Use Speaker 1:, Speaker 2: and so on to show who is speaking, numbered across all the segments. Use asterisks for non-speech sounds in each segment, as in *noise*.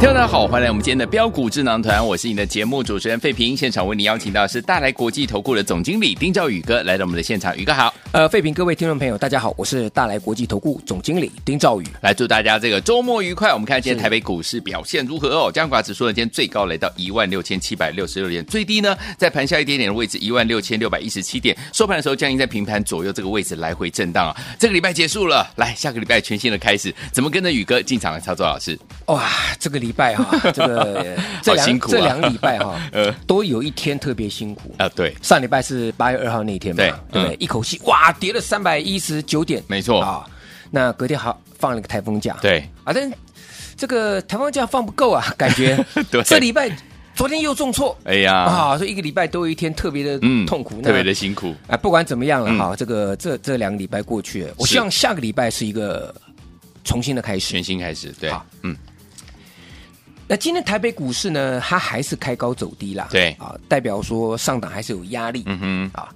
Speaker 1: 听众大家好，欢迎来我们今天的标股智囊团，我是你的节目主持人费平。现场为你邀请到是大来国际投顾的总经理丁兆宇哥来到我们的现场，宇哥好。
Speaker 2: 呃，废品各位听众朋友，大家好，我是大来国际投顾总经理丁兆宇。
Speaker 1: 来祝大家这个周末愉快。我们看今天台北股市表现如何哦？加权指数呢，今天最高来到一万六千七百六十六点，最低呢在盘下一点点的位置一万六千六百一十七点，收盘的时候将近在平盘左右这个位置来回震荡啊。这个礼拜结束了，来下个礼拜全新的开始，怎么跟着宇哥进场来操作？啊老师，
Speaker 2: 哇，这个礼拜
Speaker 1: *laughs*
Speaker 2: 哈、这个这两、
Speaker 1: 辛苦啊
Speaker 2: 这两礼拜哈、
Speaker 1: *laughs* 呃
Speaker 2: 都有一天特别辛苦。
Speaker 1: 啊，对，
Speaker 2: 上礼拜是八月二号那一天嘛，
Speaker 1: 对嗯
Speaker 2: 对不对？一口气哇跌了三百一十九点，
Speaker 1: 没错
Speaker 2: 啊。那隔天还放了个台风假，
Speaker 1: 哦对
Speaker 2: 啊，但这个台风假放不够啊，感觉
Speaker 1: *laughs* 对
Speaker 2: 这礼拜昨天又重挫，
Speaker 1: 哎呀嗯
Speaker 2: 啊，所以一个礼拜都有一天特别的痛苦，那
Speaker 1: 特别的辛苦，
Speaker 2: 啊，不管怎么样了哈，这个这这两个礼拜过去了，我
Speaker 1: 嗯是
Speaker 2: 希望下个礼拜是一个重新的开始
Speaker 1: 全。新开始，对
Speaker 2: 好，
Speaker 1: 嗯，
Speaker 2: 那今天台北股市呢，它还是开高走低啦，
Speaker 1: 对
Speaker 2: 啊，代表说上档还是有压力，嗯
Speaker 1: 哼
Speaker 2: 啊，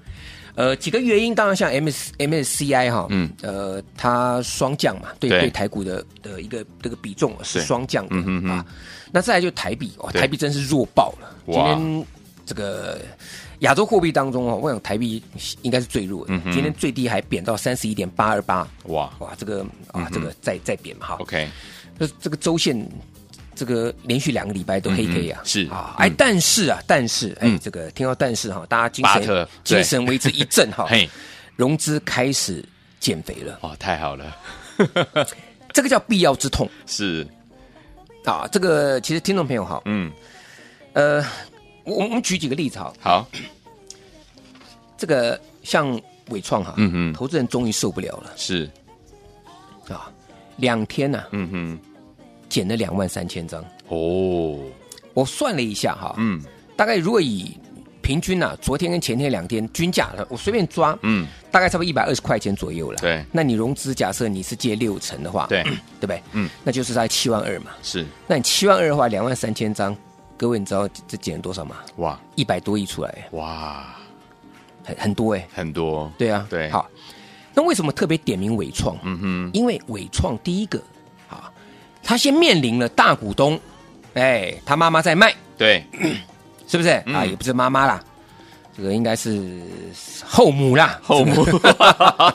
Speaker 2: 呃，几个原因，当然像 M S M S C I 哈，
Speaker 1: 嗯，
Speaker 2: 呃，它双降嘛，对
Speaker 1: 对
Speaker 2: 对，台股的的一个这个比重啊是
Speaker 1: 对
Speaker 2: 双降的
Speaker 1: 嗯哼哼
Speaker 2: 啊，那再来就台币哦，
Speaker 1: 对
Speaker 2: 台币真是弱爆了，今
Speaker 1: 哇
Speaker 2: 天这个。亚洲货币当中哦，我想台币应该是最弱的，
Speaker 1: 嗯哼
Speaker 2: 今天最低还贬到三十一点八二八，
Speaker 1: 哇
Speaker 2: 哇，这个啊，这个再再贬嘛哈，
Speaker 1: 嗯，OK，
Speaker 2: 这这个周线，这个连续两个礼拜都黑 K 啊，
Speaker 1: 嗯是
Speaker 2: 啊，
Speaker 1: 嗯
Speaker 2: 哎，但是啊，但是哎
Speaker 1: 嗯，
Speaker 2: 这个听到但是哈，大家精
Speaker 1: 巴
Speaker 2: 神
Speaker 1: 特对
Speaker 2: 精神为之一振
Speaker 1: *laughs*
Speaker 2: 哈，
Speaker 1: 嘿，
Speaker 2: 融资开始减肥了，
Speaker 1: 哇，太好了，
Speaker 2: 这个叫必要之痛
Speaker 1: 是，
Speaker 2: 啊。这个其实听众朋友哈，
Speaker 1: 嗯，
Speaker 2: 呃，我我们举几个例子哈，
Speaker 1: 好，
Speaker 2: 这个像伟创哈，
Speaker 1: 嗯哼
Speaker 2: 投资人终于受不了了
Speaker 1: 是，
Speaker 2: 啊，两天呐、
Speaker 1: 嗯哼。
Speaker 2: 减了两万三千张，
Speaker 1: 哦，
Speaker 2: 我算了一下哈，
Speaker 1: 嗯
Speaker 2: 大概如果以平均啊，昨天跟前天两天均价，我随便抓，
Speaker 1: 嗯，
Speaker 2: 大概差不多一百二十块钱左右了。
Speaker 1: 对
Speaker 2: 那你融资假设你是借六成的话，
Speaker 1: 对
Speaker 2: 对不对？
Speaker 1: 嗯，
Speaker 2: 那就是在七万二嘛。
Speaker 1: 是
Speaker 2: 那你七万二的话，两万三千张，各位你知道这这减了多少吗？
Speaker 1: 哇
Speaker 2: 一百多亿出来，
Speaker 1: 哇，
Speaker 2: 很很多哎、
Speaker 1: 很多，
Speaker 2: 对啊，
Speaker 1: 对
Speaker 2: 好，那为什么特别点名伟创？嗯
Speaker 1: 嗯
Speaker 2: 因为伟创第一个啊，他先面临了大股东，哎，他妈妈在卖，
Speaker 1: 哼，对，
Speaker 2: 是不是、
Speaker 1: 嗯
Speaker 2: 啊？也不是妈妈啦，这个应该是后母啦，
Speaker 1: 后母，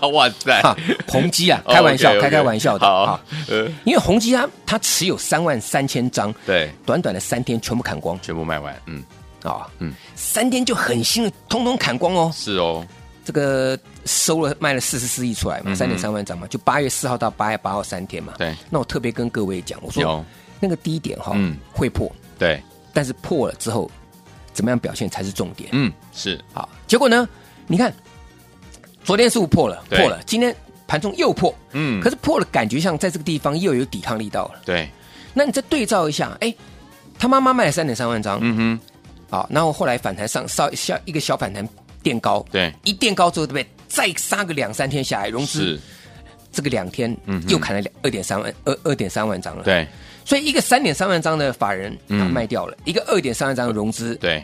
Speaker 1: 哦 *laughs* 哇塞
Speaker 2: 哈，宏基啊，
Speaker 1: *laughs* 哦
Speaker 2: 开玩笑，
Speaker 1: ，OK，OK，
Speaker 2: 开开玩笑的
Speaker 1: 好
Speaker 2: 啊。，
Speaker 1: 呃，
Speaker 2: 因为宏基它它持有三万三千张，
Speaker 1: 对，
Speaker 2: 短短的三天全部砍光
Speaker 1: 全部卖完，嗯，
Speaker 2: 啊，
Speaker 1: 嗯
Speaker 2: 嗯，三天就狠心的通通砍光哦。
Speaker 1: 是哦，
Speaker 2: 这个收了卖了四十四亿出来嘛，三点三万张嘛，就八月四号到八月八号三天嘛。
Speaker 1: 嗯对
Speaker 2: 那我特别跟各位讲，我
Speaker 1: 有
Speaker 2: 说那个低点哈
Speaker 1: 嗯
Speaker 2: 会破，
Speaker 1: 对，
Speaker 2: 但是破了之后怎么样表现才是重点。
Speaker 1: 嗯，是，
Speaker 2: 好，结果呢？你看，昨天是不是破了？
Speaker 1: 对
Speaker 2: 破了，今天盘中又破，
Speaker 1: 嗯
Speaker 2: 可是破了，感觉像在这个地方又有抵抗力道了。
Speaker 1: 对，
Speaker 2: 那你再对照一下，哎，他妈妈卖了三点三万张，
Speaker 1: 嗯哼，
Speaker 2: 好，然后后来反弹上稍小一个小反弹垫高，
Speaker 1: 对，
Speaker 2: 一垫高之后，对不对？再杀个两三天下来，融资
Speaker 1: 是，
Speaker 2: 这个两天
Speaker 1: 嗯哼
Speaker 2: 又砍了两二点三万二二点三万张了。，
Speaker 1: 对
Speaker 2: 所以一个三点三万张的法人他
Speaker 1: 嗯
Speaker 2: 卖掉了，一个二点三万张的融资
Speaker 1: 对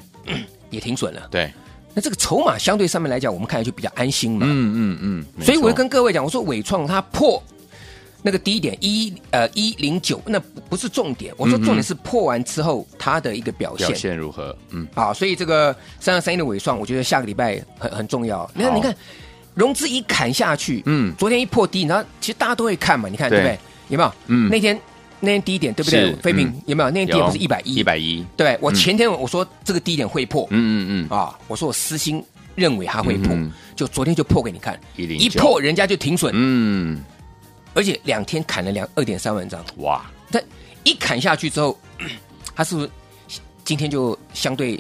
Speaker 2: 也停损了。
Speaker 1: 对，
Speaker 2: 那这个筹码相对上面来讲，我们看来就比较安心嘛。
Speaker 1: 嗯嗯嗯，没
Speaker 2: 所以我就
Speaker 1: 错
Speaker 2: 跟各位讲，我说伟创它破那个低点一呃一零九，那不是重点，我说重点是破完之后它的一个表现
Speaker 1: 表现如何？嗯，
Speaker 2: 啊。所以这个三二三一的伟创，我觉得下个礼拜很很重要。你看，
Speaker 1: 好
Speaker 2: 你看融资一砍下去，
Speaker 1: 嗯
Speaker 2: 昨天一破低，然后其实大家都会看嘛，你看
Speaker 1: 对
Speaker 2: 对不对？有没有？
Speaker 1: 嗯
Speaker 2: 那天那天低点对不对
Speaker 1: 是？
Speaker 2: 飞平
Speaker 1: 嗯
Speaker 2: 有没有？那天低点不是一百一？
Speaker 1: 一百一，
Speaker 2: 对不对，我前天我说这个低点会破，
Speaker 1: 嗯嗯嗯，
Speaker 2: 啊，我说我私心认为它会破，
Speaker 1: 嗯哼
Speaker 2: 就昨天就破给你看，
Speaker 1: 109
Speaker 2: 一破人家就停损，
Speaker 1: 嗯，
Speaker 2: 而且两天砍了两二点三万张，
Speaker 1: 哇，
Speaker 2: *clears throat* 但一砍下去之后，咳它是不是今天就相对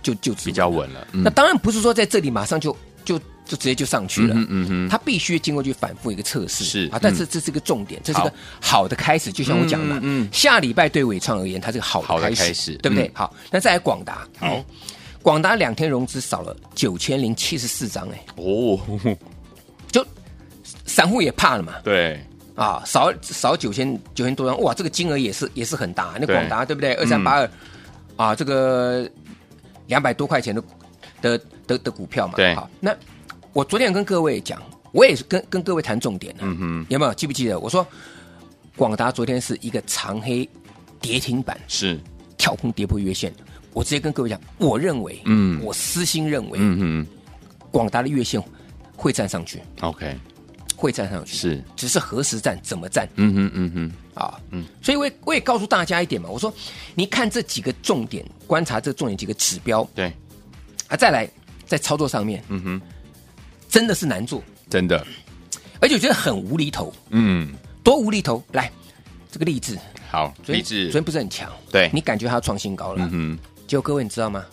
Speaker 2: 就就
Speaker 1: 比较稳了。嗯
Speaker 2: 那当然不是说在这里马上就就就直接就上去
Speaker 1: 嗯
Speaker 2: 了，
Speaker 1: 哼嗯哼
Speaker 2: 它必须经过去反复一个测试，
Speaker 1: 是
Speaker 2: 啊
Speaker 1: 嗯，
Speaker 2: 但是这是一个重点，这是一个
Speaker 1: 好
Speaker 2: 好的开始，就像我讲的，
Speaker 1: 嗯嗯
Speaker 2: 嗯
Speaker 1: 嗯，
Speaker 2: 下礼拜对伟创而言，它是个好
Speaker 1: 好的
Speaker 2: 的开始，
Speaker 1: 开始
Speaker 2: 对不对
Speaker 1: 嗯？
Speaker 2: 好，那再来广达，好，广达两天融资少了九千零七十四张，哎，
Speaker 1: 哦，
Speaker 2: 就散户也怕了嘛，
Speaker 1: *laughs* 对，
Speaker 2: 啊，少少九千九千多张，哇，这个金额也是也是很大。那
Speaker 1: 对嗯
Speaker 2: 广达对不对？二三八二啊，这个两百多块钱的的的的股票嘛。
Speaker 1: 对
Speaker 2: 好，那我昨天跟各位讲，我也是跟跟各位谈重点的、嗯哼，有没有记不记得？我说广达昨天是一个长黑跌停板，
Speaker 1: 是，
Speaker 2: 跳空跌破月线。我直接跟各位讲，我认为，
Speaker 1: 嗯
Speaker 2: 我私心认为，
Speaker 1: 嗯
Speaker 2: 广达的月线会站上去，
Speaker 1: 哼，OK，
Speaker 2: 会站上去，
Speaker 1: 是，
Speaker 2: 只是何时站，怎么站，
Speaker 1: 嗯哼嗯哼，
Speaker 2: 啊，嗯，所以我也我也告诉大家一点嘛，我说你看这几个重点，观察这重点几个指标
Speaker 1: 对，
Speaker 2: 啊，再来在操作上面，嗯
Speaker 1: 哼，
Speaker 2: 真的是难做，
Speaker 1: 真的，
Speaker 2: 而且我觉得很无厘头，
Speaker 1: 嗯，
Speaker 2: 多无厘头。来，这个励志，
Speaker 1: 好，
Speaker 2: 昨天
Speaker 1: 理智
Speaker 2: 昨，天不是很强，
Speaker 1: 对
Speaker 2: 你感觉它要创新高了，
Speaker 1: 嗯
Speaker 2: 结果各位你知道吗？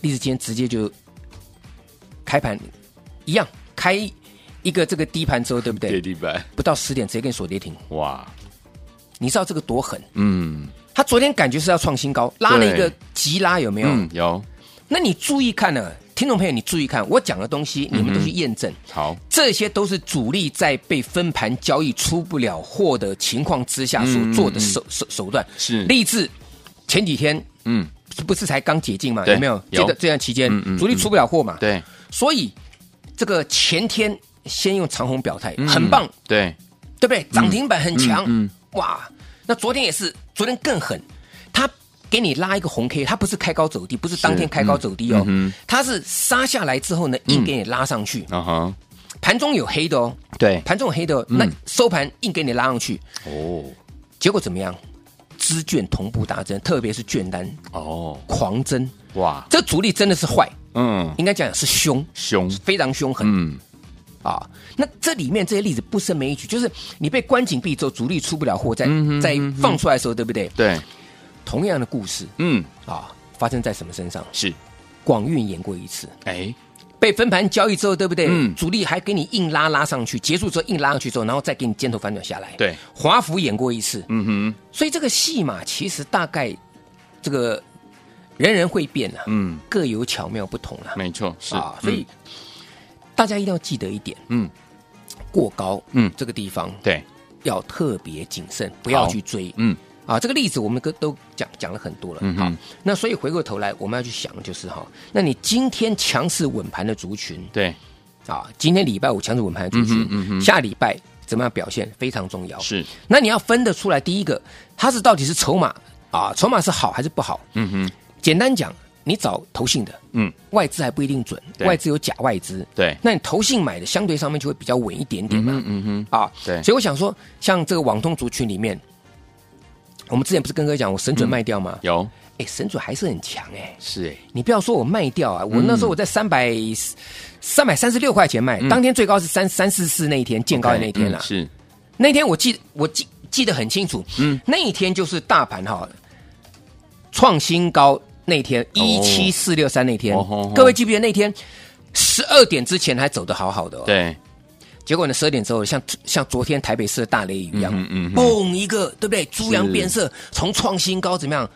Speaker 2: 励志今天直接就开盘一样开一个这个低盘之后，对不
Speaker 1: 哼，跌
Speaker 2: 对？
Speaker 1: 地板，
Speaker 2: 不到十点直接给你锁跌停，
Speaker 1: 哇，
Speaker 2: 你知道这个多狠？
Speaker 1: 嗯
Speaker 2: 它昨天感觉是要创新高，拉了一个
Speaker 1: 对
Speaker 2: 急拉，有没有？
Speaker 1: 嗯，有，
Speaker 2: 那你注意看呢，听众朋友，你注意看，我讲的东西，你们都去验证，
Speaker 1: 好，
Speaker 2: 这些都是主力在被分盘交易出不了货的情况之下所做的手手手段。
Speaker 1: 嗯是
Speaker 2: 励志前几天
Speaker 1: 嗯，
Speaker 2: 不是才刚解禁嘛？
Speaker 1: 对
Speaker 2: 有没有？
Speaker 1: 有
Speaker 2: 这个这段期间
Speaker 1: 嗯嗯，
Speaker 2: 主力出不了货嘛？，
Speaker 1: 对，
Speaker 2: 所以这个前天先用长虹表态，很棒，
Speaker 1: 嗯，对，
Speaker 2: 对不对？涨停板很强，
Speaker 1: 嗯嗯
Speaker 2: 哇！那昨天也是，昨天更狠，它给你拉一个红 K，它不是开高走低，不是当天开高走低哦，
Speaker 1: 嗯
Speaker 2: 它是杀下来之后呢，硬给你拉上去，
Speaker 1: 啊哈，
Speaker 2: 盘中有黑的哦，
Speaker 1: 对，
Speaker 2: 盘中有黑的、哦，
Speaker 1: 嗯
Speaker 2: 那收盘硬给你拉上去，
Speaker 1: 哦
Speaker 2: 结果怎么样？资券同步大增，特别是券单
Speaker 1: 哦，
Speaker 2: 狂增，
Speaker 1: 哇，
Speaker 2: 这主力真的是坏，
Speaker 1: 嗯，
Speaker 2: 应该讲是凶，
Speaker 1: 凶，
Speaker 2: 非常凶狠。
Speaker 1: 嗯，
Speaker 2: 啊，那这里面这些例子不胜枚举，就是你被关紧闭之后，主力出不了货，在
Speaker 1: 嗯
Speaker 2: 在放出来的时候，对不对？
Speaker 1: 对，
Speaker 2: 同样的故事
Speaker 1: 嗯，
Speaker 2: 啊，发生在什么身上？
Speaker 1: 是，
Speaker 2: 广运演过一次，
Speaker 1: 哎，
Speaker 2: 被分盘交易之后，对不对？
Speaker 1: 嗯
Speaker 2: 主力还给你硬拉拉上去，结束之后硬拉上去之后，然后再给你尖头反转下来。
Speaker 1: 对，
Speaker 2: 华府演过一次，
Speaker 1: 嗯哼，
Speaker 2: 所以这个戏码其实大概这个人人会变啊，
Speaker 1: 嗯，
Speaker 2: 各有巧妙不同啦、
Speaker 1: 没错，是
Speaker 2: 啊，，所以大家一定要记得一点，
Speaker 1: 嗯，
Speaker 2: 过高，
Speaker 1: 嗯
Speaker 2: 这个地方
Speaker 1: 对，
Speaker 2: 要特别谨慎，不要去追。
Speaker 1: 嗯，
Speaker 2: 啊，这个例子我们都都讲讲了很多了。
Speaker 1: 嗯哼，
Speaker 2: 那所以回过头来，我们要去想就是哈，那你今天强势稳盘的族群
Speaker 1: 对，
Speaker 2: 啊，今天礼拜五强势稳盘的族群，
Speaker 1: 嗯哼嗯哼
Speaker 2: 下礼拜怎么样表现非常重要。，
Speaker 1: 是，
Speaker 2: 那你要分得出来，第一个它是到底是筹码啊，筹码是好还是不好？
Speaker 1: 嗯哼，
Speaker 2: 简单讲，你找投信的，
Speaker 1: 嗯，
Speaker 2: 外资还不一定准，
Speaker 1: 对
Speaker 2: 外资有假外资，
Speaker 1: 对，
Speaker 2: 那你投信买的相对上面就会比较稳一点点嘛。
Speaker 1: 嗯嗯哼，
Speaker 2: 啊，
Speaker 1: 对
Speaker 2: 所以我想说，像这个网通族群里面，我们之前不是跟各位讲，我神
Speaker 1: 嗯
Speaker 2: 准卖掉吗？
Speaker 1: 有，
Speaker 2: 哎、神准还是很强哎、
Speaker 1: 是，哎，
Speaker 2: 你不要说我卖掉啊，我那
Speaker 1: 嗯
Speaker 2: 时候我在三百三百三十六块钱卖，当天最高是三三四四那一天见高的那一天啦、
Speaker 1: 嗯是，
Speaker 2: 那一天我记我记记得很清楚，嗯，那一天就是大盘哈创新高那天一七四六三那天，
Speaker 1: 哦吼吼
Speaker 2: 各位记不记得那天十二点之前还走得好好的、哦，
Speaker 1: 对，
Speaker 2: 结果呢，十二点之后，像像昨天台北市的大雷雨一样，
Speaker 1: 嗯嗯嗯
Speaker 2: 嘣一个，对不对？猪羊变色，从创新高怎么样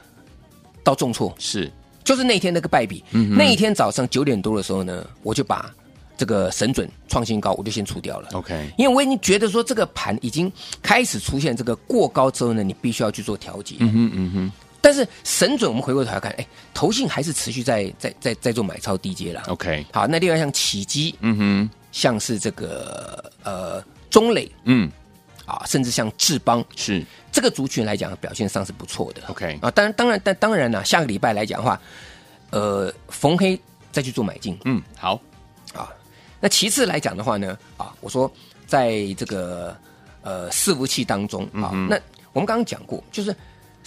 Speaker 2: 到重挫，
Speaker 1: 是，
Speaker 2: 就是那一天那个败笔。
Speaker 1: 嗯
Speaker 2: 那一天早上九点多的时候呢，我就把这个神准创新高，我就先出掉了。
Speaker 1: OK
Speaker 2: 因为我已经觉得说这个盘已经开始出现这个过高之后呢，你必须要去做调节。
Speaker 1: 嗯嗯哼
Speaker 2: 但是神准，我们回过头来看，哎，投信还是持续在在在在做买超低阶了。
Speaker 1: ，OK，
Speaker 2: 好，那另外像起基，
Speaker 1: 嗯哼，
Speaker 2: 像是这个呃中磊。
Speaker 1: 嗯，
Speaker 2: 啊，甚至像志邦
Speaker 1: 是，
Speaker 2: 这个族群来讲，表现上是不错的。
Speaker 1: OK
Speaker 2: 啊，当然，当然，但当然啦、下个礼拜来讲的话，呃，逢黑再去做买进
Speaker 1: 嗯，好，
Speaker 2: 啊。那其次来讲的话呢，啊，我说在这个呃伺服器当中啊，那我们刚刚讲过，就是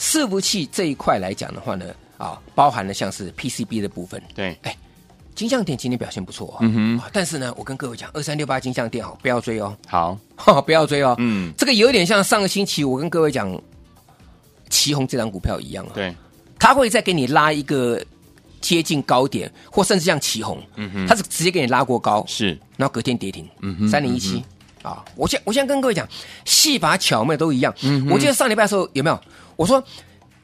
Speaker 2: 伺服器这一块来讲的话呢，啊，包含了像是 PCB 的部分，
Speaker 1: 对，
Speaker 2: 金像店今天表现不错哦，嗯哼、但是呢，我跟各位讲，二三六八金像店哦，不要追哦，
Speaker 1: 好，
Speaker 2: 哈，不要追哦。
Speaker 1: 嗯
Speaker 2: 这个有点像上个星期我跟各位讲旗宏这张股票一样啊。
Speaker 1: 对，
Speaker 2: 它会再给你拉一个接近高点，或甚至像旗红，它是直接给你拉过高，
Speaker 1: 是
Speaker 2: 然后隔天跌停，
Speaker 1: 嗯
Speaker 2: 三零一七啊！我现我现在跟各位讲，戏法巧妙都一样。
Speaker 1: 嗯
Speaker 2: 我记得上礼拜的时候有没有？我说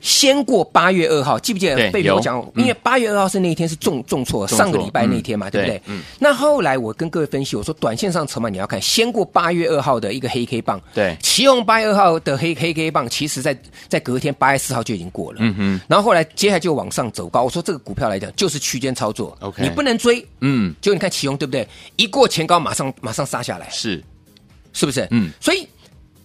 Speaker 2: 先过八月二号，记不记
Speaker 1: 对
Speaker 2: 得被
Speaker 1: 有嗯
Speaker 2: 我讲？因为八月二号是那一天是重重挫，
Speaker 1: 重挫
Speaker 2: 上个礼拜那一天嘛，
Speaker 1: 嗯
Speaker 2: 对不
Speaker 1: 对
Speaker 2: 对
Speaker 1: 嗯？
Speaker 2: 那后来我跟各位分析，我说短线上筹码你要看，先过八月二号的一个黑 K 棒，
Speaker 1: 对
Speaker 2: 旗红八月二号的黑黑 K 棒，其实在在隔天八月四号就已经过了。
Speaker 1: 嗯哼，
Speaker 2: 然后后来接下来就往上走高。我说这个股票来讲就是区间操作
Speaker 1: OK
Speaker 2: 你不能追，
Speaker 1: 嗯，
Speaker 2: 就你看启宏对不对？一过前高马上马上杀下来，
Speaker 1: 是
Speaker 2: 是不是？
Speaker 1: 嗯，
Speaker 2: 所以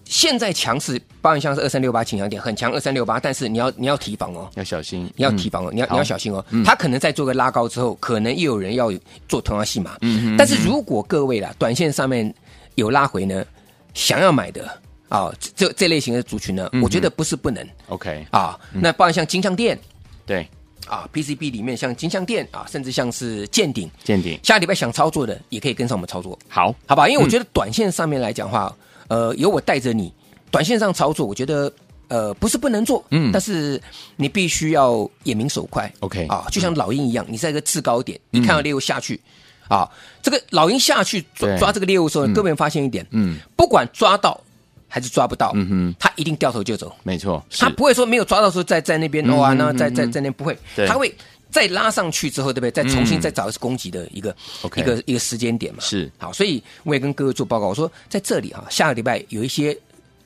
Speaker 2: 现在强势，包含像是二三六八秦阳点很强，二三六八，但是你要你要提防哦。
Speaker 1: 要小心，嗯
Speaker 2: 你要提防哦，你要
Speaker 1: 好
Speaker 2: 你要小心哦。它可能在做个拉高之后，可能又有人要做同样戏码。嗯但是如果各位啦，短线上面有拉回呢，想要买的啊、这这这类型的族群呢，我觉得不是不能
Speaker 1: OK，
Speaker 2: 啊。那包含像金像店
Speaker 1: 对，
Speaker 2: 啊，PCB 里面像金像店啊，甚至像是见顶，
Speaker 1: 见顶，
Speaker 2: 下礼拜想操作的也可以跟上我们操作。
Speaker 1: 好，
Speaker 2: 好吧？因为我觉得短线上面来讲话，呃，有我带着你，短线上操作，我觉得呃不是不能做，
Speaker 1: 嗯
Speaker 2: 但是你必须要眼明手快
Speaker 1: OK 嗯
Speaker 2: 啊，就像老鹰一样，你在一个制高点，你看到猎物下去。啊，这个老鹰下去抓
Speaker 1: 对
Speaker 2: 抓这个猎物的时候，各位发现一点，
Speaker 1: 嗯
Speaker 2: 嗯，不管抓到还是抓不到，
Speaker 1: 嗯
Speaker 2: 嗯
Speaker 1: 哼
Speaker 2: 哼，他一定掉头就走，
Speaker 1: 没错，是嗯
Speaker 2: 他不会说没有抓到的时候在在那边哦啊，那在在在那边不会
Speaker 1: 对，
Speaker 2: 他会再拉上去之后，对不对？再重
Speaker 1: 嗯
Speaker 2: 新再找一次攻击的一个
Speaker 1: OK
Speaker 2: 一个一个时间点嘛。
Speaker 1: 是
Speaker 2: 好，所以我也跟各位做报告，我说在这里啊，下个礼拜有一些。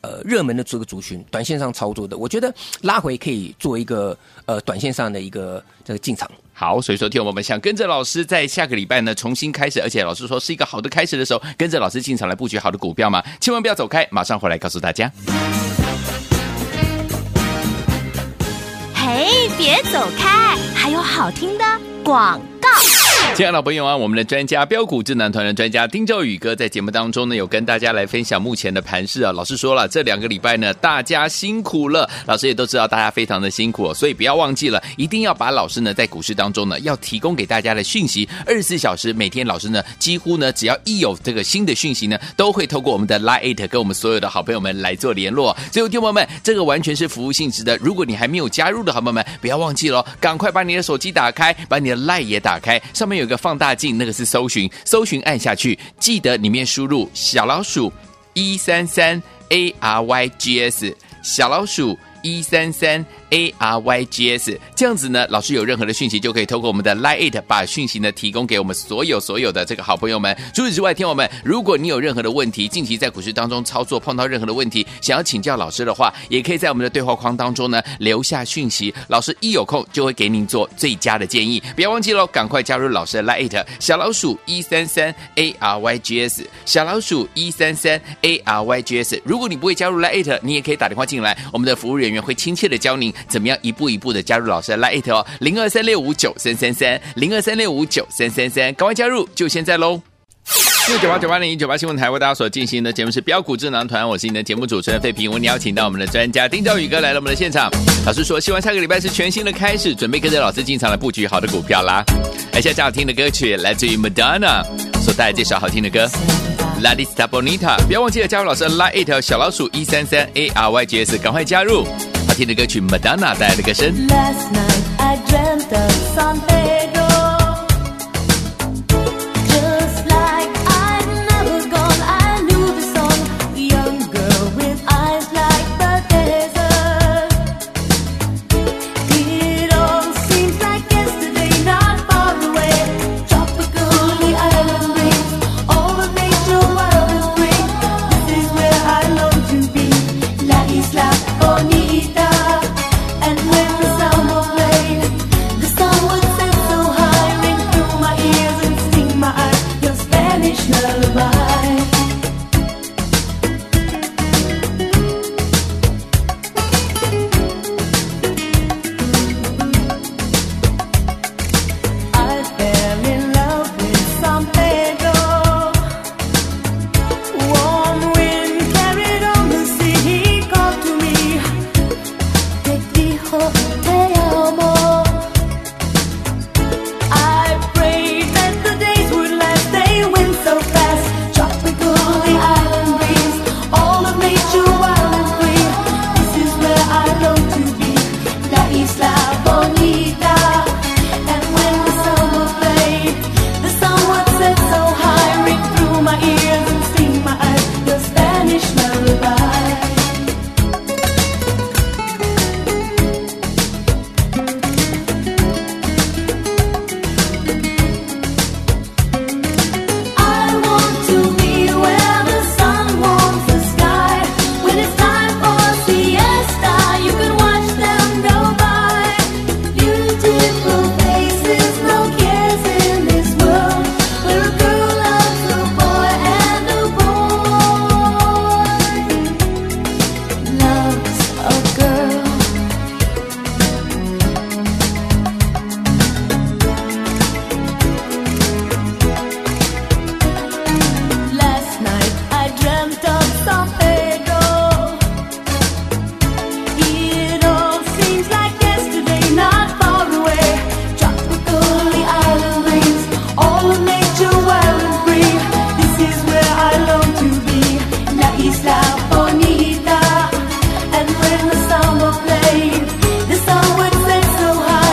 Speaker 2: 呃，热门的这个族群，短线上操作的，我觉得拉回可以做一个呃，短线上的一个这个进场。
Speaker 1: 好，所以说听我们想跟着老师在下个礼拜呢重新开始，而且老师说是一个好的开始的时候，跟着老师进场来布局好的股票嘛，千万不要走开，马上回来告诉大家。
Speaker 3: 嘿，别走开，还有好听的广告。
Speaker 1: 亲爱的朋友啊，我们的专家标股智囊团的专家丁兆宇哥在节目当中呢，有跟大家来分享目前的盘势啊。老师说了，这两个礼拜呢，大家辛苦了，老师也都知道大家非常的辛苦、哦，所以不要忘记了，一定要把老师呢在股市当中呢要提供给大家的讯息，二十四小时每天老师呢几乎呢只要一有这个新的讯息呢，都会透过我们的 Line It 跟我们所有的好朋友们来做联络。所以，听众朋友们，这个完全是服务性质的，如果你还没有加入的好朋友们，不要忘记了，赶快把你的手机打开，把你的 Line 也打开，上面有一个放大镜，那个是搜寻，搜寻按下去，记得里面输入小老鼠一三三 A R Y G S 小老鼠。一三三 A R Y G S，这样子呢，老师有任何的讯息就可以透过我们的 Line It 把讯息呢提供给我们所有所有的这个好朋友们。除此之外，听友们，如果你有任何的问题，近期在股市当中操作碰到任何的问题，想要请教老师的话，也可以在我们的对话框当中呢留下讯息，老师一有空就会给您做最佳的建议。不要忘记喽，赶快加入老师的 Line It 小老鼠一三三 A R Y G S 小老鼠一三三 A R Y G S。如果你不会加入 Lite，你也可以打电话进来，我们的服务人员会亲切的教您怎么样一步一步的加入老师的 Lite 哦，零二三六五九三三三，零二三六五九三三三，赶快加入，就现在喽。六九八九八零一九八新闻台为大家所进行的节目是标股智囊团，我是你的节目主持人费平。我们邀请到我们的专家丁兆宇哥来到我们的现场。老师说，希望下个礼拜是全新的开始，准备跟着老师进场来布局好的股票啦。而下要听的歌曲来自于 Madonna 所带来这首好听的歌。La Lista Bonita，不要忘记了加入老师的 Line 一条小老鼠一三三 A R Y G S，赶快加入。好听的歌曲 Madonna 带来的歌声。
Speaker 4: Last night I dreamt of San Pedro, just like I'm never gone. I knew the song, the young girl with eyes like the desert. It all seems like yesterday, not far away. Tropical the island breeze, all the nature wild and free. This is where I long to be, La Isla Bonita. And when the sun will play, the sun will set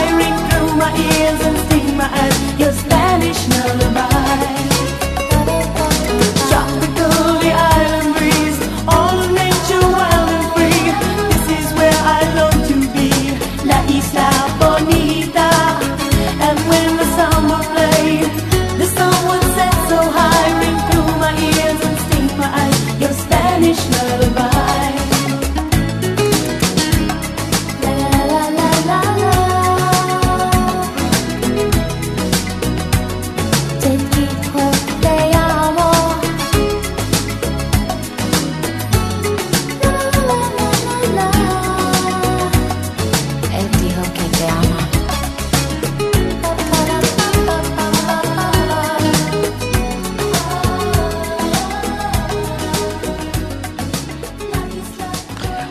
Speaker 4: hands and sting my eyes. Your Spanish lullaby. Tropically island breeze, all of nature wild and free. This is where I long to be, La Isla Bonita. And when the summer play, the sun would set so high, ring through my ears and sting my eyes. Your Spanish lullaby. La la la la la. Te dijo te amo. La la la la la. Él dijo que te ama. Pa pa pa pa pa pa pa.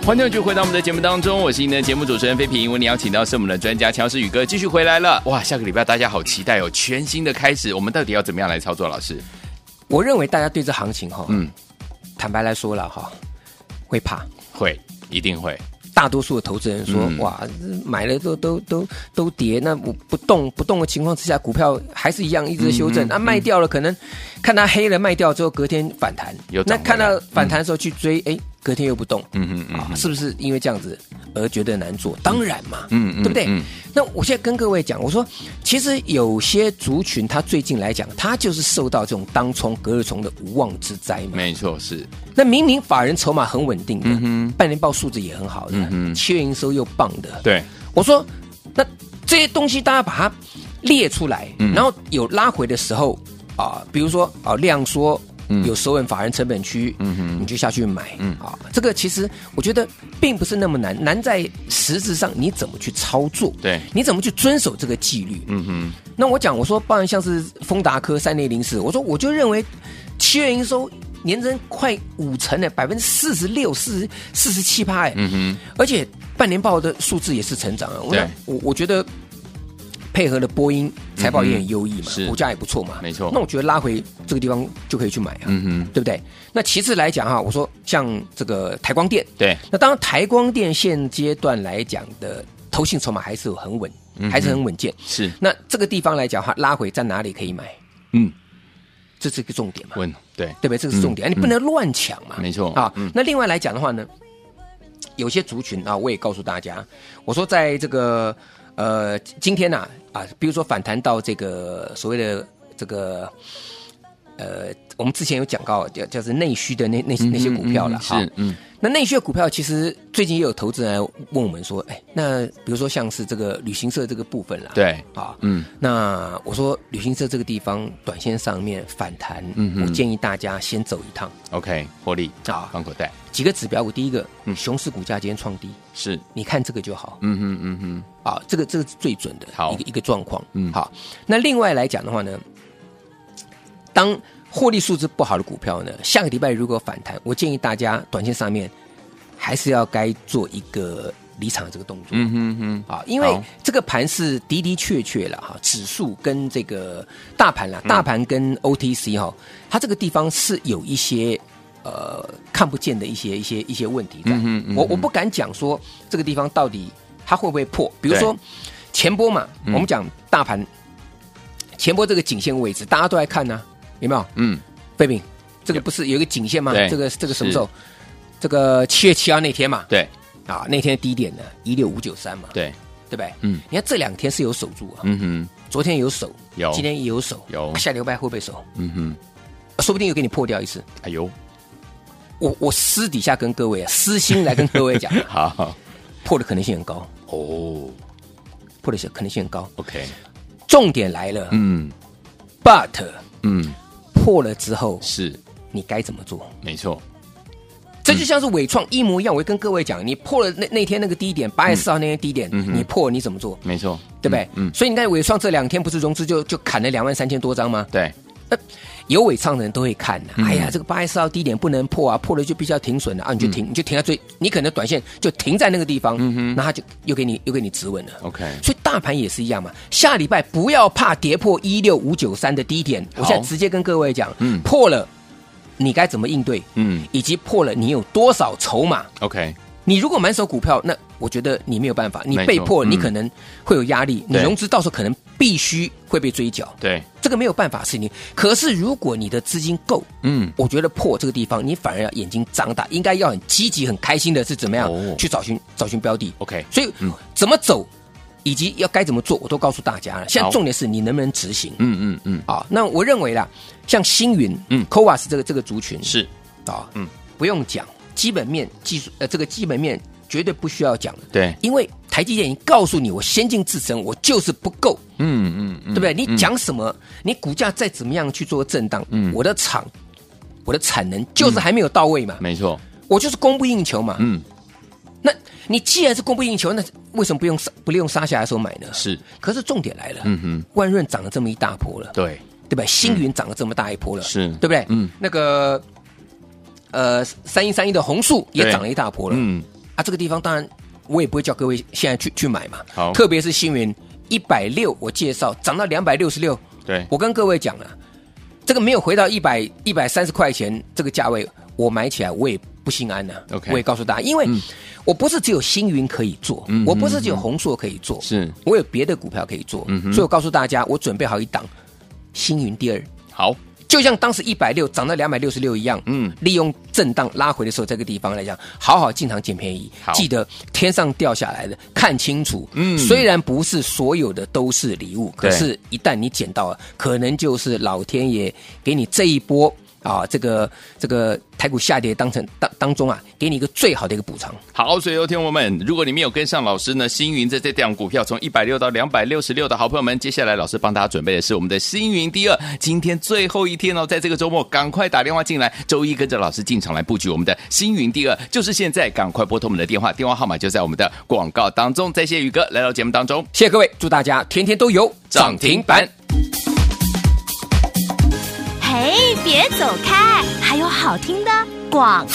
Speaker 1: 欢迎继续回到我们的节目当中，我是您的节目主持人飞平。为您邀请到是我们的专家乔氏宇哥继续回来了。哇，下个礼拜大家好期待哦，全新的开始，我们到底要怎么样来操作？老师，
Speaker 2: 我认为大家对这行情哈，
Speaker 1: 嗯，
Speaker 2: 坦白来说了哈，会怕。
Speaker 1: 会，一定会，
Speaker 2: 大多数的投资人说：“
Speaker 1: 嗯
Speaker 2: 哇，买了都都都都跌，那我不动不动的情况之下，股票还是一样一直在修
Speaker 1: 嗯
Speaker 2: 正。那、卖掉了，可能看它黑了卖掉之后，隔天反弹
Speaker 1: 又，涨回来
Speaker 2: 那看到反弹的时候去追，哎、隔天又不动，
Speaker 1: 嗯哼嗯
Speaker 2: 啊
Speaker 1: 哼，
Speaker 2: 是不是因为这样子而觉得难做？当然嘛，
Speaker 1: 嗯嗯
Speaker 2: 对不对？
Speaker 1: 嗯
Speaker 2: 那我现在跟各位讲，我说其实有些族群，它最近来讲，它就是受到这种当冲、隔日冲的无妄之灾嘛。
Speaker 1: 没错，是，
Speaker 2: 那明明法人筹码很稳定的，半年报数字也很好的，
Speaker 1: 嗯哼
Speaker 2: 七月营收又棒的，
Speaker 1: 对，
Speaker 2: 我说，那这些东西大家把它列出来，
Speaker 1: 嗯
Speaker 2: 然后有拉回的时候啊、比如说啊、量缩。
Speaker 1: 嗯
Speaker 2: 有收稳法人成本区，你就下去买啊。这个其实我觉得并不是那么难，难在实质上你怎么去操作，
Speaker 1: 对
Speaker 2: 你怎么去遵守这个纪律。
Speaker 1: 嗯哼，
Speaker 2: 那我讲，我说，包含像是丰达科三零零四，我说我就认为七月营收年增快五成呢，百分之四十六、四四十七趴，哎，
Speaker 1: 嗯
Speaker 2: 而且半年报的数字也是成长啊。我
Speaker 1: 对
Speaker 2: 我我觉得配合了波音财报也很优异嘛，
Speaker 1: 是
Speaker 2: 股价也不错嘛，
Speaker 1: 没错
Speaker 2: 那我觉得拉回这个地方就可以去买啊，
Speaker 1: 嗯哼
Speaker 2: 对不对？那其次来讲哈、啊我说像这个台光电，
Speaker 1: 对，
Speaker 2: 那当然台光电现阶段来讲的投信筹码还是有很稳，
Speaker 1: 嗯
Speaker 2: 还是很稳健。
Speaker 1: 是，
Speaker 2: 那这个地方来讲哈，拉回在哪里可以买？
Speaker 1: 嗯，
Speaker 2: 这是一个重点嘛，
Speaker 1: 问，对，
Speaker 2: 对不对？这个是重点，你不能乱抢嘛，
Speaker 1: 没错
Speaker 2: 啊
Speaker 1: 嗯。
Speaker 2: 那另外来讲的话呢，有些族群啊，我也告诉大家，我说在这个呃今天呐啊，比如说反弹到这个所谓的这个。呃，我们之前有讲到，叫叫是内需的那那那些股票了
Speaker 1: 嗯
Speaker 2: 哈、
Speaker 1: 是，嗯，
Speaker 2: 那内需的股票，其实最近也有投资人来问我们说，哎，那比如说像是这个旅行社这个部分啦，
Speaker 1: 对，
Speaker 2: 啊，
Speaker 1: 嗯，
Speaker 2: 那我说旅行社这个地方，短线上面反弹，
Speaker 1: 嗯哼
Speaker 2: 我建议大家先走一趟。
Speaker 1: ，OK，获利
Speaker 2: 啊
Speaker 1: 放口袋，
Speaker 2: 几个指标，我第一个，
Speaker 1: 嗯
Speaker 2: 熊市股价今天创低，
Speaker 1: 是，
Speaker 2: 你看这个就好
Speaker 1: 嗯哼嗯哼，
Speaker 2: 啊，这个这个是最准的
Speaker 1: 好
Speaker 2: 一个一个状况。
Speaker 1: 嗯
Speaker 2: 好，那另外来讲的话呢，当获利数字不好的股票呢，下个礼拜如果反弹，我建议大家短线上面还是要该做一个离场的这个动作。
Speaker 1: 嗯哼哼，
Speaker 2: 啊，因为
Speaker 1: 好
Speaker 2: 这个盘是的的确确了哈，指数跟这个大盘
Speaker 1: 嗯
Speaker 2: 啦，大盘跟 OTC 哈、它这个地方是有一些呃看不见的一些一些一些问题在。
Speaker 1: 嗯哼嗯哼
Speaker 2: 我我不敢讲说这个地方到底它会不会破，比如
Speaker 1: 对嗯
Speaker 2: 说前波嘛，我们讲大盘前波这个颈线位置，大家都在看呢、有没有？
Speaker 1: 嗯，
Speaker 2: 飞饼，这个不是有一个颈线吗
Speaker 1: 对？
Speaker 2: 这个这个什么
Speaker 1: 是
Speaker 2: 时候？这个七月七号那天嘛，
Speaker 1: 对
Speaker 2: 啊，那天的低点呢一六五九三嘛，
Speaker 1: 对，
Speaker 2: 对不对？
Speaker 1: 嗯，
Speaker 2: 你看这两天是有守住啊，
Speaker 1: 嗯哼，
Speaker 2: 昨天有守，
Speaker 1: 有
Speaker 2: 今天也有守，
Speaker 1: 有
Speaker 2: 啊下礼拜会不会守？
Speaker 1: 嗯哼，
Speaker 2: 说不定又给你破掉一次。
Speaker 1: 哎呦，
Speaker 2: 我我私底下跟各位啊，私心来跟各
Speaker 1: *laughs*
Speaker 2: 位讲，
Speaker 1: 好，
Speaker 2: 破的可能性很高，
Speaker 1: 哦
Speaker 2: 破的可能性很高。
Speaker 1: ，OK，
Speaker 2: 重点来了、
Speaker 1: 嗯
Speaker 2: b u t
Speaker 1: 嗯，
Speaker 2: 破了之后
Speaker 1: 是，
Speaker 2: 你该怎么做？
Speaker 1: 没错，
Speaker 2: 这就像是伟创一模一样，我会跟各位讲，你破了那那天那个低点，八月四号那天低点，
Speaker 1: 嗯哼
Speaker 2: 你破你怎么做？
Speaker 1: 没错，
Speaker 2: 对不对？
Speaker 1: 嗯，嗯
Speaker 2: 所以你看伟创这两天不是融资就就砍了两万三千多张吗？
Speaker 1: 对，
Speaker 2: 有尾唱的人都会看、啊
Speaker 1: 嗯
Speaker 2: 哎呀，这个八月四号低点不能破啊，破了就必须要停损了啊，你就停，你就停在最，你可能短线就停在那个地方，那他就又给你又给你止稳了。
Speaker 1: 嗯 OK
Speaker 2: 所以大盘也是一样嘛，下礼拜不要怕跌破一六五九三的低点，
Speaker 1: 好
Speaker 2: 我现在直接跟各位讲，
Speaker 1: 嗯
Speaker 2: 破了你该怎么应对，
Speaker 1: 嗯
Speaker 2: 以及破了你有多少筹码
Speaker 1: ，OK，
Speaker 2: 你如果满手股票，那我觉得你没有办法，你
Speaker 1: 没错
Speaker 2: 被迫，你
Speaker 1: 嗯
Speaker 2: 可能会有压力，你
Speaker 1: 对
Speaker 2: 融资到时候可能必须会被追缴，
Speaker 1: 对，
Speaker 2: 这个没有办法的事情。可是如果你的资金够，
Speaker 1: 嗯，
Speaker 2: 我觉得破这个地方，你反而要眼睛张大，应该要很积极、很开心的是怎么样、
Speaker 1: 哦
Speaker 2: 去找寻找寻标的。
Speaker 1: OK
Speaker 2: 所以、
Speaker 1: 嗯
Speaker 2: 怎么走，以及要该怎么做，我都告诉大家了。现在
Speaker 1: 好
Speaker 2: 重点是你能不能执行
Speaker 1: 嗯嗯嗯，
Speaker 2: 啊、那我认为啦，像星云、
Speaker 1: 嗯
Speaker 2: c o a s 这个这个族群
Speaker 1: 是
Speaker 2: 啊，
Speaker 1: 嗯
Speaker 2: 嗯，不用讲，基本面技术呃，这个基本面绝对不需要讲的，
Speaker 1: 对，
Speaker 2: 因为台积电已经告诉你，我先进制程我就是不够，
Speaker 1: 嗯嗯嗯，
Speaker 2: 对不对？你
Speaker 1: 嗯
Speaker 2: 讲什么，你股价再怎么样去做震荡，
Speaker 1: 嗯
Speaker 2: 我的厂，我的产能就是还没有到位嘛，
Speaker 1: 没错，
Speaker 2: 我就是供不应求嘛。
Speaker 1: 嗯，
Speaker 2: 那你既然是供不应求，那为什么不用杀不利用杀下来的时候买呢？
Speaker 1: 是，
Speaker 2: 可是重点来了，
Speaker 1: 嗯哼，
Speaker 2: 万润涨了这么一大波了，
Speaker 1: 对，
Speaker 2: 对吧？星云涨了这么大一波了，
Speaker 1: 是
Speaker 2: 对不对？
Speaker 1: 嗯，
Speaker 2: 那个呃，三一三一的红树也
Speaker 1: 对
Speaker 2: 涨了一大波了，
Speaker 1: 嗯，
Speaker 2: 啊，这个地方当然我也不会叫各位现在去去买嘛。
Speaker 1: 好
Speaker 2: 特别是星云一百六，我介绍涨到两百六十六，
Speaker 1: 对，
Speaker 2: 我跟各位讲了，啊这个没有回到一百一百三十块钱这个价位，我买起来我也不心安呐、
Speaker 1: OK
Speaker 2: 我也告诉大家，因为我不是只有星云可以做，
Speaker 1: 嗯
Speaker 2: 我不是只有红硕可以做，
Speaker 1: 是
Speaker 2: 我有别的股票可以做，
Speaker 1: 嗯哼
Speaker 2: 所以我告诉大家，我准备好一档星云第二。
Speaker 1: 好，
Speaker 2: 就像当时一百六涨到两百六十六一样，
Speaker 1: 嗯
Speaker 2: 嗯，利用震荡拉回的时候，这个地方来讲，好好进场捡便宜
Speaker 1: 好。
Speaker 2: 记得天上掉下来的看清楚，
Speaker 1: 嗯
Speaker 2: 嗯，虽然不是所有的都是礼物，
Speaker 1: 对
Speaker 2: 可是一旦你捡到了，可能就是老天爷给你这一波。啊，这个这个台股下跌当成当当中啊，给你一个最好的一个补偿。
Speaker 1: 好，所以有听众朋友们，如果你没有跟上老师呢，星云在这档股票从一百六到两百六十六的好朋友们，接下来老师帮大家准备的是我们的星云第二，今天最后一天哦，在这个周末赶快打电话进来，周一跟着老师进场来布局我们的星云第二，就是现在，赶快拨通我们的电话，电话号码就在我们的广告当中。再谢宇哥来到节目当中，
Speaker 2: 谢谢各位，祝大家天天都有涨停板。。
Speaker 3: 嘿，别走开，还有好听的广。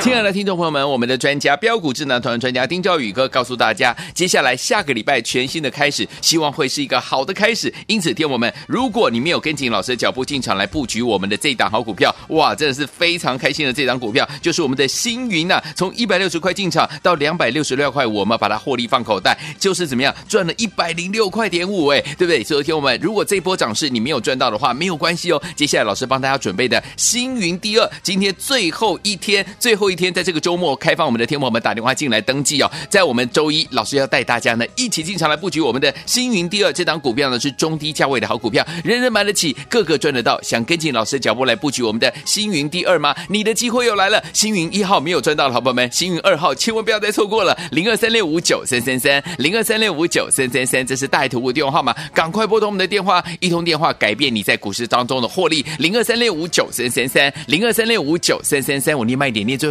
Speaker 1: 亲爱的听众朋友们，我们的专家标股智囊团专家丁兆宇哥告诉大家，接下来下个礼拜全新的开始，希望会是一个好的开始。因此，听我们，如果你没有跟紧老师的脚步进场来布局我们的这一档好股票，哇，真的是非常开心的这档股票，就是我们的星云呐、从一百六十块进场到两百六十六块，我们把它获利放口袋，就是怎么样赚了一百零六块点五，哎，对不对？所以，听我们，如果这波涨势你没有赚到的话，没有关系哦。接下来老师帮大家准备的星云第二，今天最后一天，最后一天，在这个周末开放我们的天友们打电话进来登记哦。在我们周一，老师要带大家呢一起进场来布局我们的星云第二这档股票呢，是中低价位的好股票，人人买得起，个个赚得到。想跟紧老师的脚步来布局我们的星云第二吗？你的机会又来了，星云一号没有赚到的好朋友们，星云二号千万不要再错过了，零二三六五九三三三，零二三六五九三三三，这是大爱图的电话号码，赶快拨通我们的电话，一通电话改变你在股市当中的获利，零二三六五九三三三，零二三六五九三三三，我念慢一点，念最